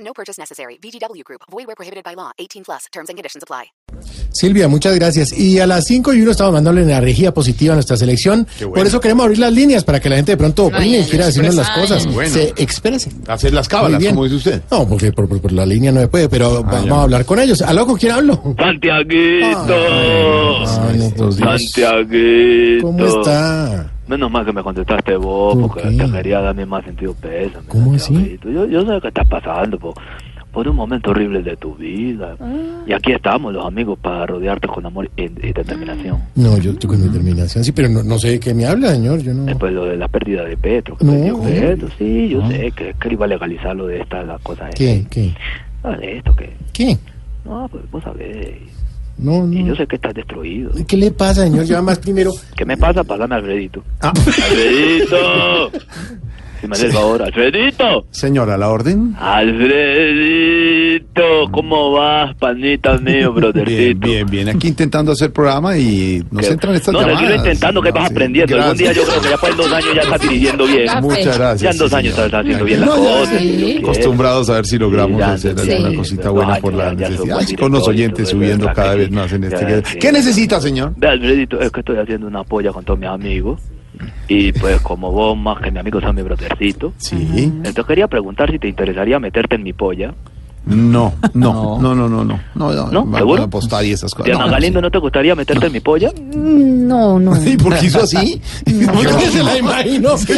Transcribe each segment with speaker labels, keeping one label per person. Speaker 1: No purchase necessary. VGW Group. Void where prohibited by law. 18 plus. Terms and conditions apply.
Speaker 2: Silvia, muchas gracias. Y a las 5 y 1 estamos mandándole energía positiva a nuestra selección.
Speaker 3: bueno.
Speaker 2: Por eso queremos abrir las líneas para que la gente de pronto opine y
Speaker 4: ya,
Speaker 2: quiera
Speaker 4: ya
Speaker 2: decirnos las
Speaker 4: expresaron.
Speaker 2: cosas.
Speaker 3: Bueno.
Speaker 2: Se expresen.
Speaker 3: Hacer las
Speaker 2: Muy
Speaker 3: cábalas,
Speaker 2: bien.
Speaker 3: como dice usted.
Speaker 2: No, porque por, por- por la línea no se puede, pero va- vamos a hablar con ellos. ¿A loco quién hablo?
Speaker 5: Santiaguito,
Speaker 2: Ay, nuestro Dios.
Speaker 5: Santiaguito.
Speaker 2: ¿Cómo está?
Speaker 5: Menos mal que me contestaste vos,
Speaker 2: ¿Por
Speaker 5: porque
Speaker 2: qué?
Speaker 5: te quería dar mi más sentido pésame.
Speaker 2: ¿Cómo así?
Speaker 5: Santiaguito. Yo, yo sé que estás pasando por, por un momento horrible de tu vida. Y aquí estamos los amigos para rodearte con amor y, y determinación.
Speaker 2: No, yo estoy con mi determinación, sí, pero no, no sé de qué me habla, señor. Yo no.
Speaker 5: Después lo de la pérdida de Petro. Que
Speaker 2: No,
Speaker 5: perdió
Speaker 2: ¿cómo?
Speaker 5: Petro. Sí, yo sé que, que iba a legalizar lo de estas las cosas.
Speaker 2: ¿Qué? ¿Qué?
Speaker 5: Ah, de esto que...
Speaker 2: ¿Qué?
Speaker 5: No, pues vos sabés.
Speaker 2: No,
Speaker 5: Y yo
Speaker 2: no.
Speaker 5: sé que estás destruido.
Speaker 2: ¿Qué le pasa, señor? Yo más primero.
Speaker 5: ¿Qué me pasa? Pásame a Alfredito.
Speaker 3: Ah.
Speaker 5: ¡Alfredito! Si me haces el favor, ¡Alfredito!
Speaker 3: Señora, ¿la orden?
Speaker 5: ¡Alfredito! ¿Cómo vas, panita mío,
Speaker 3: Bien,
Speaker 5: brothercito?
Speaker 3: bien, bien. Aquí intentando hacer programa y nos
Speaker 5: Que-
Speaker 3: entran estas
Speaker 5: no,
Speaker 3: llamadas.
Speaker 5: lo sigo intentando que
Speaker 3: No,
Speaker 5: vas
Speaker 3: sí.
Speaker 5: aprendiendo. Algún día
Speaker 3: Gracias.
Speaker 5: yo creo que ya pues en dos años ya estás dirigiendo bien.
Speaker 3: Muchas gracias.
Speaker 5: ya en dos
Speaker 3: sí,
Speaker 5: años
Speaker 3: señor.
Speaker 5: estás haciendo bien las
Speaker 3: No, ya,
Speaker 5: cosas.
Speaker 3: sí.
Speaker 5: yo quiero.
Speaker 3: Acostumbrados a ver si logramos
Speaker 5: Sí, ya,
Speaker 3: hacer
Speaker 5: sí.
Speaker 3: alguna cosita
Speaker 5: Dos
Speaker 3: buena
Speaker 5: años,
Speaker 3: por la
Speaker 5: ya, ya
Speaker 3: necesidad.
Speaker 5: somos
Speaker 3: Ay, con los
Speaker 5: directores,
Speaker 3: oyentes
Speaker 5: todo,
Speaker 3: subiendo
Speaker 5: ¿verdad?
Speaker 3: cada
Speaker 5: Que
Speaker 3: vez
Speaker 5: sí.
Speaker 3: más en este.
Speaker 5: Ya,
Speaker 3: que-
Speaker 5: sí.
Speaker 3: ¿Qué necesita, señor?
Speaker 5: Ve, Alfredito, es que estoy haciendo una polla con todos mis amigos. Y pues como vos más que mi amigo son mi brothercito.
Speaker 3: Sí.
Speaker 5: Entonces quería preguntar si te interesaría meterte en mi polla.
Speaker 3: No, no, no, no, no, no. No, no,
Speaker 5: ¿No?
Speaker 3: van
Speaker 5: ¿Seguro?
Speaker 3: a apostar y esas
Speaker 5: Diana
Speaker 3: cosas.
Speaker 5: Galindo, ¿no te gustaría meterte en mi polla?
Speaker 4: No, no.
Speaker 3: ¿Y por qué hizo así?
Speaker 2: ¿Por qué se la imagino?
Speaker 4: Es que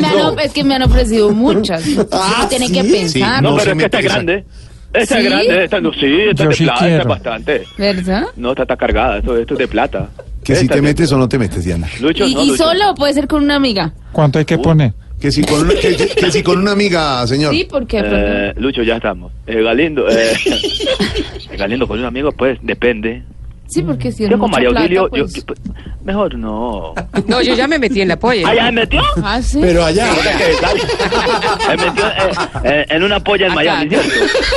Speaker 4: me han of- es que me han ofrecido muchas. Uno tiene que
Speaker 3: sí, sí,
Speaker 4: pensar,
Speaker 3: no.
Speaker 5: Ah, No, pero
Speaker 3: se
Speaker 5: es que esta es
Speaker 3: mete-
Speaker 5: grande. Esta es
Speaker 4: ¿Sí?
Speaker 5: grande, esta no, sí, esta
Speaker 6: Yo
Speaker 5: es de
Speaker 6: sí
Speaker 5: plata,
Speaker 6: quiero.
Speaker 5: es bastante.
Speaker 4: ¿verdad?
Speaker 5: No, esta está cargada, esto, esto es de plata.
Speaker 3: Que si
Speaker 5: Esta
Speaker 3: te
Speaker 5: es de-
Speaker 3: metes o no te metes, Diana.
Speaker 5: Lucho,
Speaker 4: ¿Y,
Speaker 5: no,
Speaker 4: y
Speaker 5: Lucho.
Speaker 4: solo o puede ser con una amiga?
Speaker 6: ¿Cuánto hay que poner?
Speaker 3: Que si con, que, que si con una amiga, señor.
Speaker 4: Sí, porque de pronto-
Speaker 5: Eh, Lucho, ya estamos. Eh, Galindo, eh, eh, Galindo con un amigo, pues depende.
Speaker 4: sí, porque si es
Speaker 5: Yo con
Speaker 4: mucha
Speaker 5: María
Speaker 4: plata,
Speaker 5: Auxilio, yo,
Speaker 4: pues-
Speaker 5: yo- pues, mejor no.
Speaker 7: No, yo ya me metí en la polla.
Speaker 5: ¿Ah, ya me metió?
Speaker 4: Ah, sí.
Speaker 2: Pero allá.
Speaker 5: Ahora que sale. Me metió eh, eh, en una polla en
Speaker 7: Acá.
Speaker 5: Miami, ¿cierto?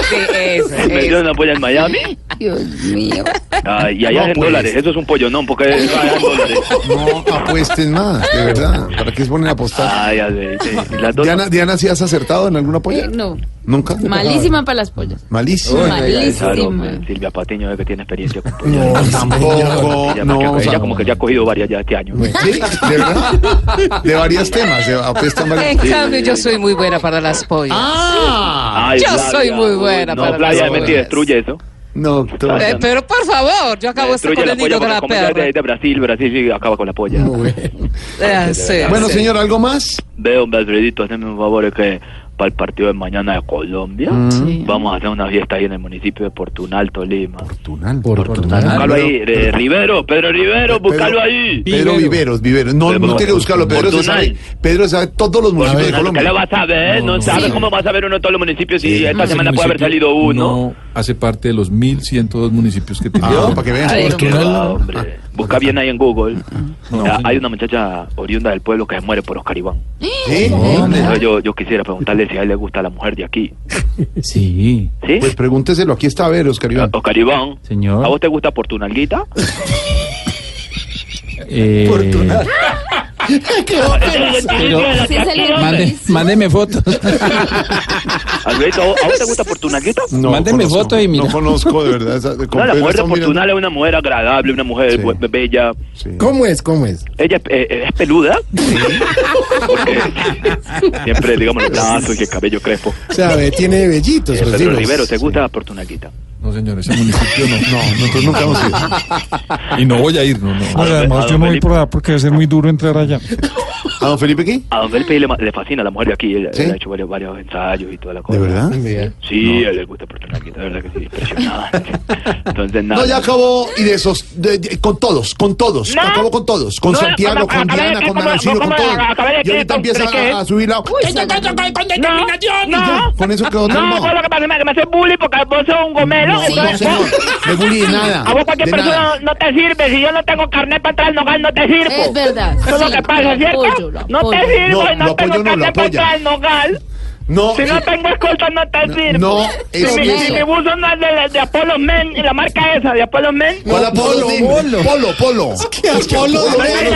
Speaker 7: Sí, eso,
Speaker 5: Me metió en una polla en Miami.
Speaker 4: Dios mío.
Speaker 5: Ah, y allá
Speaker 3: No,
Speaker 5: en
Speaker 3: pues.
Speaker 5: dólares, eso es un pollonón, porque es allá en dólares.
Speaker 3: No apuesten más, de verdad. ¿Para qué se ponen a apostar?
Speaker 5: Ay, aceite. Las dos-
Speaker 3: Diana, Diana, ¿sí has acertado en alguna polla?
Speaker 4: Eh, no.
Speaker 3: Nunca.
Speaker 4: Malísima para las pollas.
Speaker 3: Malísimo.
Speaker 5: Claro,
Speaker 4: Malísima.
Speaker 5: pues, Silvia Patiño es que tiene experiencia con pollas.
Speaker 3: No, tampoco.
Speaker 5: Ella,
Speaker 3: No,
Speaker 5: más que-
Speaker 3: vamos
Speaker 5: ella
Speaker 3: a-
Speaker 5: como que ya ha cogido varias ya este año.
Speaker 3: Sí, de verdad. De varios temas. ¿eh? de- apestan
Speaker 7: En
Speaker 3: varios.
Speaker 7: cambio, yo soy muy buena para las pollas.
Speaker 5: Ah, Ay,
Speaker 7: yo soy muy buena
Speaker 5: No,
Speaker 7: para
Speaker 5: Flavia,
Speaker 7: las
Speaker 5: me
Speaker 7: bodas.
Speaker 5: destruye eso.
Speaker 3: No, todo.
Speaker 7: Eh, pero por favor, yo acabo de estar
Speaker 5: Destruye
Speaker 7: con
Speaker 5: la polla
Speaker 7: el niño de
Speaker 5: porque
Speaker 7: la
Speaker 5: como ella es
Speaker 7: perra.
Speaker 5: de, de Brasil, Brasil sí acaba con la polla.
Speaker 7: Ah, sí,
Speaker 3: Bueno,
Speaker 7: sí.
Speaker 3: señor, ¿algo más?
Speaker 5: Ve, hombre, Alfredito, hazme un favor, es que para el partido de mañana de Colombia
Speaker 3: Mm.
Speaker 5: vamos a hacer una fiesta ahí en el municipio de Portunal, Tolima.
Speaker 3: Tunal.
Speaker 2: Por
Speaker 3: Ah,
Speaker 2: Portugal.
Speaker 5: Búscalo
Speaker 3: pero-
Speaker 5: ahí, eh, Rivero, Pedro Rivero, búscalo ahí.
Speaker 3: Pedro Viveros, Viveros. No, no tiene que buscarlo. Pedro se sabe, Pedro sabe todos los municipios de
Speaker 5: Portunal, ¿Qué lo
Speaker 3: Colombia.
Speaker 5: vas a ver? No, Eh, sabes cómo vas a ver uno de todos los municipios si esta semana puede haber salido uno.
Speaker 8: No hace parte de los 1.102 municipios que tiene.
Speaker 3: Ah,
Speaker 8: Colombia.
Speaker 3: para que vean.
Speaker 4: Ay,
Speaker 5: Qué
Speaker 2: Portugal.
Speaker 5: va, hombre. Busca bien ahí en Google.
Speaker 8: No,
Speaker 5: Ya, hay
Speaker 8: señor.
Speaker 5: una muchacha oriunda del pueblo que se muere por Oscar Iván.
Speaker 3: ¿Sí?
Speaker 5: Yo- Yo, yo quisiera preguntarle si a él le gusta la mujer de aquí.
Speaker 6: Sí,
Speaker 5: ¿Sí? Ah,
Speaker 3: Pues pregúnteselo. Aquí está Vero, Oscar Iván.
Speaker 5: Oscar Iván,
Speaker 6: señor.
Speaker 5: ¿a vos te gusta por tu nalguita?
Speaker 6: Eh,
Speaker 4: Sí, es el-
Speaker 6: mande- mándeme fotos.
Speaker 5: Alberto, ¿a vos- ¿a vos te gusta por tu nalguita?
Speaker 3: No
Speaker 6: Mándeme
Speaker 3: conozco,
Speaker 6: foto y mira.
Speaker 3: No conozco, de verdad. esa- con
Speaker 5: No, la
Speaker 3: Pedro
Speaker 5: mujer de
Speaker 3: estamos mirando-
Speaker 5: Fortunal es una mujer agradable, una mujer
Speaker 3: Sí.
Speaker 5: bu- bella.
Speaker 3: Sí.
Speaker 2: ¿Cómo es? ¿Cómo es?
Speaker 5: Ella eh, eh, es peluda. Porque siempre, digamos, los lazos y el cabello crespo.
Speaker 2: O sea, ve, tiene bellitos.
Speaker 5: Eh,
Speaker 2: los
Speaker 5: Pedro
Speaker 2: hilos.
Speaker 5: Rivero, ¿te gusta por tu nalguita?
Speaker 8: No, señor, ese municipio no.
Speaker 3: No, nosotros nunca hemos ido.
Speaker 8: Y no voy a ir, no, no.
Speaker 6: Oye,
Speaker 5: don
Speaker 6: además,
Speaker 5: Fe- a
Speaker 6: yo
Speaker 5: don
Speaker 6: no voy
Speaker 3: Ah,
Speaker 5: Felipe.
Speaker 6: por allá porque debe ser muy duro entrar allá.
Speaker 3: ¿A don Felipe aquí?
Speaker 5: A Don Felipe le, ma- le fascina la mujer de aquí. Él, él
Speaker 3: ¿Sí?
Speaker 5: ha hecho varios, varios ensayos y toda la cosa.
Speaker 3: ¿De verdad?
Speaker 5: Sí, a él le gusta portar la guita, de verdad que sí, impresionante. Entonces, nada.
Speaker 3: No, ya acabó y de esos, de- de- con todos, con todos,
Speaker 5: No.
Speaker 3: acabó con todos, con
Speaker 5: No,
Speaker 3: Santiago,
Speaker 5: acabé-
Speaker 3: con
Speaker 5: acabé de
Speaker 3: Diana,
Speaker 5: que
Speaker 3: con
Speaker 5: como-
Speaker 3: Maranchino, con
Speaker 5: como-
Speaker 3: todos.
Speaker 5: acabé de
Speaker 3: Y
Speaker 5: que-
Speaker 3: ahorita empieza
Speaker 5: ¿de qué?
Speaker 3: a, a subir la...
Speaker 5: determinación.
Speaker 3: Y ya,
Speaker 5: No.
Speaker 3: Con eso quedó
Speaker 5: No,
Speaker 3: terminado.
Speaker 5: todo lo que pasa es que me haces bullying porque vos sos un gomelo.
Speaker 3: No,
Speaker 5: entonces,
Speaker 3: señor,
Speaker 5: vos-
Speaker 3: de bullying nada.
Speaker 5: a vos cualquier
Speaker 3: de
Speaker 5: persona
Speaker 3: nada.
Speaker 5: no te sirve. Si yo no tengo carnet para entrar al nogal, no te sirvo.
Speaker 4: Es verdad.
Speaker 5: Eso es lo
Speaker 4: sí,
Speaker 5: que pasa,
Speaker 4: lo
Speaker 5: ¿cierto?
Speaker 4: apoyo, lo
Speaker 5: no te
Speaker 4: apoyo.
Speaker 5: sirvo
Speaker 3: No,
Speaker 5: y no,
Speaker 3: lo apoyo
Speaker 5: tengo
Speaker 3: no, lo
Speaker 5: carnet para
Speaker 3: apoya.
Speaker 5: entrar al nogal.
Speaker 3: No,
Speaker 5: Si no
Speaker 3: sí,
Speaker 5: tengo escolta, no te sirvo.
Speaker 3: no,
Speaker 5: Si
Speaker 3: es
Speaker 5: mi,
Speaker 3: que
Speaker 5: si
Speaker 3: eso.
Speaker 5: mi buzo no es de, de Apollo Men, y la marca esa, de Apollo Men, no,
Speaker 3: ¿Cuál Apolo?
Speaker 2: Polo,
Speaker 3: dime?
Speaker 2: Polo.
Speaker 3: Polo, Polo.
Speaker 2: Apolo?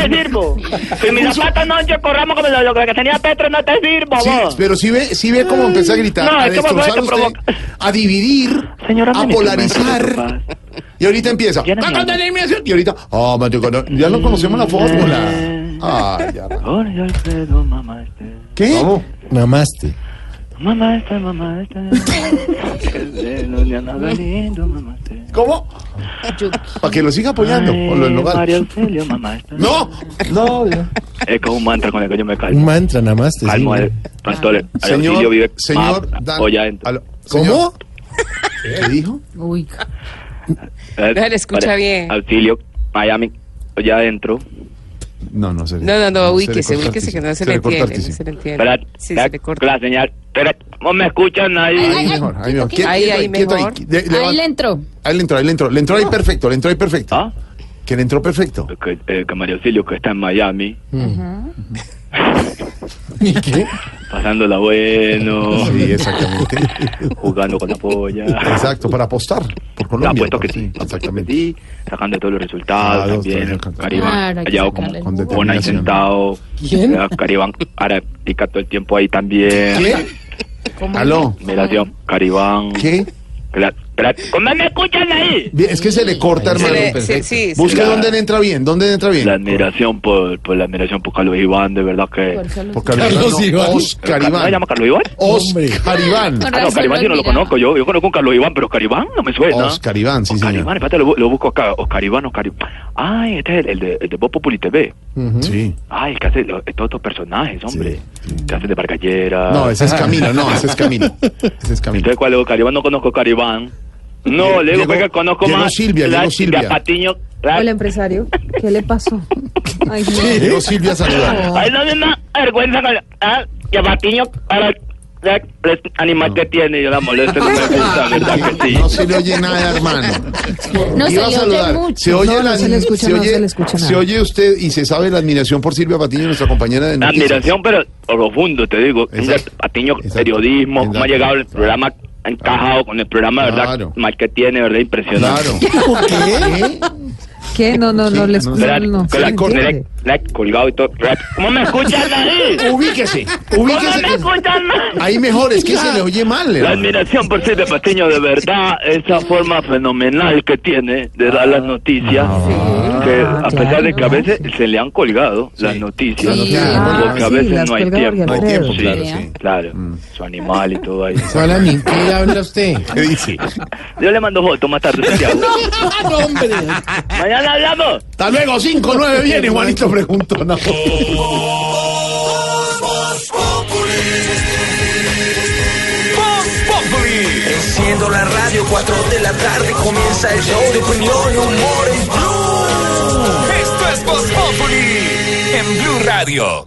Speaker 5: te sirvo. Si mis zapatos no, yo corramos como lo, lo que tenía Petro, no te sirvo,
Speaker 3: Sí,
Speaker 5: vos.
Speaker 3: pero sí ve, sí ve cómo empieza a gritar,
Speaker 5: Mm, No,
Speaker 3: a
Speaker 5: es que vos
Speaker 3: destrozar
Speaker 5: ves que
Speaker 3: usted, a dividir,
Speaker 5: Señora,
Speaker 3: a
Speaker 5: me
Speaker 3: polarizar.
Speaker 5: necesito,
Speaker 3: Y ahorita empieza.
Speaker 5: Ya no me
Speaker 3: "Ah,
Speaker 5: habla".
Speaker 3: Y ahorita, ah, Mateo, no, ya no conocemos la fórmula. Ah, ya.
Speaker 5: Jorge Alfredo, mamá este.
Speaker 2: ¿Qué? Namaste.
Speaker 5: Mamá está, mamá está. No le nada lindo, mamá está.
Speaker 3: ¿Cómo? Para que lo siga apoyando. o lo enlogado.
Speaker 5: María Auxilio, mamá está.
Speaker 3: No,
Speaker 6: No, ya.
Speaker 5: Es como un mantra con el que yo me
Speaker 2: Un
Speaker 5: calmo.
Speaker 2: mantra, namaste. sí,
Speaker 5: Calmo, eh,
Speaker 2: ¿no?
Speaker 5: pastores. María Auxilio
Speaker 3: señor,
Speaker 5: vive.
Speaker 3: señor.
Speaker 5: más
Speaker 3: Dan-
Speaker 5: olla adentro.
Speaker 3: Aló,
Speaker 2: ¿Cómo?
Speaker 3: señor, ¿Qué dijo?
Speaker 4: Uy,
Speaker 5: Eh,
Speaker 7: Déjale, escucha
Speaker 5: María
Speaker 7: bien.
Speaker 5: Auxilio, Miami, olla adentro.
Speaker 3: No, no se le-
Speaker 7: No, no, no,
Speaker 3: se le
Speaker 7: ubíquese,
Speaker 3: corta
Speaker 7: ubíquese, que no se
Speaker 3: le
Speaker 7: le
Speaker 3: corta
Speaker 7: entiende.
Speaker 3: artísimo.
Speaker 7: No se le entiende.
Speaker 5: Espera,
Speaker 7: Sí,
Speaker 5: espera,
Speaker 7: se le corta.
Speaker 5: la señal. Espera, ¿cómo me escuchan ahí?
Speaker 3: Ahí mejor, ahí mejor. Quieto,
Speaker 7: Ahí,
Speaker 3: quieto
Speaker 7: ahí
Speaker 3: quieto
Speaker 7: mejor.
Speaker 3: De- levanta-
Speaker 4: ahí le entró.
Speaker 3: Ahí le entró, ahí le entró. Le entró ahí perfecto, le entró ahí perfecto.
Speaker 5: ¿Ah?
Speaker 3: Que le entró perfecto.
Speaker 5: Que, eh, que María Auxilio, que está en Miami.
Speaker 3: Mm.
Speaker 2: ¿Y qué?
Speaker 5: Pasándola bueno.
Speaker 3: Sí, exactamente.
Speaker 5: jugando con la polla.
Speaker 3: Exacto, para apostar por
Speaker 5: Te
Speaker 3: Colombia.
Speaker 5: apuesto que sí,
Speaker 3: exactamente.
Speaker 5: exactamente. Sí, sacando todos los resultados
Speaker 3: Claro, todos
Speaker 5: también.
Speaker 3: los resultados.
Speaker 5: Caribán,
Speaker 4: Claro, hay que
Speaker 5: hallado
Speaker 4: sacarle
Speaker 5: como
Speaker 4: el
Speaker 3: Con
Speaker 5: con
Speaker 3: jugo.
Speaker 5: ahí
Speaker 3: determinación.
Speaker 5: sentado.
Speaker 2: ¿Quién?
Speaker 5: Mira, Caribán, ahora pica todo el tiempo ahí también.
Speaker 3: ¿Qué? ¿Aló?
Speaker 5: Miración, Caribán.
Speaker 3: ¿Qué?
Speaker 5: Cla- cla- ¿Cómo me escuchan ahí?
Speaker 3: Bien, Es que se le corta,
Speaker 7: Se
Speaker 3: hermano.
Speaker 7: le-
Speaker 3: Perfecto.
Speaker 7: sí, sí, sí.
Speaker 3: Busque
Speaker 5: La-
Speaker 3: dónde le entra bien, dónde le entra bien.
Speaker 5: La admiración por, por la admiración por Carlos Iván, de verdad que.
Speaker 4: Por Carlos.
Speaker 3: Por Carlos,
Speaker 2: Carlos Iván.
Speaker 3: Oscar
Speaker 5: ¿No se
Speaker 3: Iván.
Speaker 5: llama Carlos Iván?
Speaker 3: Oh,
Speaker 2: Hombre.
Speaker 3: Oscar Iván.
Speaker 4: Con
Speaker 5: Ah, no,
Speaker 4: razón
Speaker 5: Caribán yo no lo
Speaker 4: miraba.
Speaker 5: conozco yo. Yo conozco un Carlos Iván, pero Caribán no me suena.
Speaker 3: Oscar Iván, sí,
Speaker 5: Oscar
Speaker 3: señor.
Speaker 5: Iván, espérate, lo, bu- lo busco acá. Oscar Iván, Oscar Iván. Ay, este es el, el de, el de Voz Populi TV.
Speaker 3: Sí.
Speaker 5: Ay, el que hace lo- todos estos personajes, hombre. Que hace de Bargallera.
Speaker 3: No, ese es Camilo, no, ese es Camilo. Ese es Camilo.
Speaker 5: Entonces, ¿cuál es? Caribán no conozco Caribán. No, le digo
Speaker 3: Llegó-
Speaker 5: pues, que conozco
Speaker 3: llegó
Speaker 5: más.
Speaker 3: Silvia,
Speaker 5: la-
Speaker 3: llegó Silvia.
Speaker 5: de Patiño. la-
Speaker 9: empresario, ¿qué le pasó? Ay, no.
Speaker 3: Llegó Silvia a saludar.
Speaker 5: Ay, no, me da vergüenza con la- ah, de Patiño. Para el animal que tiene, yo la molesto, no me gusta, ¿verdad que sí?
Speaker 3: No se le oye nada, hermano.
Speaker 4: No se
Speaker 3: Iba a
Speaker 4: le oye
Speaker 3: saludar.
Speaker 4: mucho.
Speaker 3: Se oye
Speaker 9: No, no
Speaker 3: la-
Speaker 9: se le escucha nada, se le escucha nada.
Speaker 3: se oye usted y se sabe la admiración por Silvia Patiño, nuestra compañera de
Speaker 5: La
Speaker 3: noticias.
Speaker 5: admiración, pero profundo, te digo. Un
Speaker 3: Exacto.
Speaker 5: Patiño,
Speaker 3: Exacto.
Speaker 5: periodismo, cómo ha
Speaker 3: Exacto.
Speaker 5: llegado el programa, ha encajado con el programa, ¿verdad?
Speaker 3: Claro.
Speaker 5: Mal que tiene, ¿verdad? Impresionante.
Speaker 3: Claro.
Speaker 2: ¿Qué?
Speaker 9: ¿Qué? No, no, no, le escucho.
Speaker 5: Claro,
Speaker 9: No, no,
Speaker 5: que la-
Speaker 9: se
Speaker 5: que la-
Speaker 9: entiende.
Speaker 5: la- colgado y todo. ¿Cómo me escuchan ahí?
Speaker 3: Ubíquese,
Speaker 5: ¿Cómo
Speaker 3: ubíquese.
Speaker 5: me
Speaker 3: que-
Speaker 5: escuchan ahí?
Speaker 3: Ahí mejor, es que se le oye mal.
Speaker 5: La
Speaker 3: hermano.
Speaker 5: admiración por Silvia Patiño, de verdad, esa forma fenomenal que tiene de dar las noticias,
Speaker 9: Ah,
Speaker 5: que a pesar de que a veces se le han colgado las noticias,
Speaker 3: las noticias,
Speaker 5: porque a
Speaker 9: sí,
Speaker 5: veces
Speaker 9: las
Speaker 5: no hay
Speaker 9: cuelga
Speaker 5: tiempo.
Speaker 9: Jorge
Speaker 3: No hay tiempo,
Speaker 9: Alfredo.
Speaker 3: claro,
Speaker 4: Sí.
Speaker 3: sí.
Speaker 5: Claro,
Speaker 9: Mm.
Speaker 5: su animal y todo ahí.
Speaker 2: Hola, ¿mi qué habla usted?
Speaker 3: ¿Qué dice?
Speaker 5: Yo le mando foto más tarde, Santiago.
Speaker 2: hombre.
Speaker 5: Mañana hablamos.
Speaker 3: Hasta luego, 5, 9 viene, Juanito preguntó. No.
Speaker 10: Enciendo la radio, 4 de la tarde comienza el show de opinión y humor en Blue. Esto es Voz Populi en Blue Radio.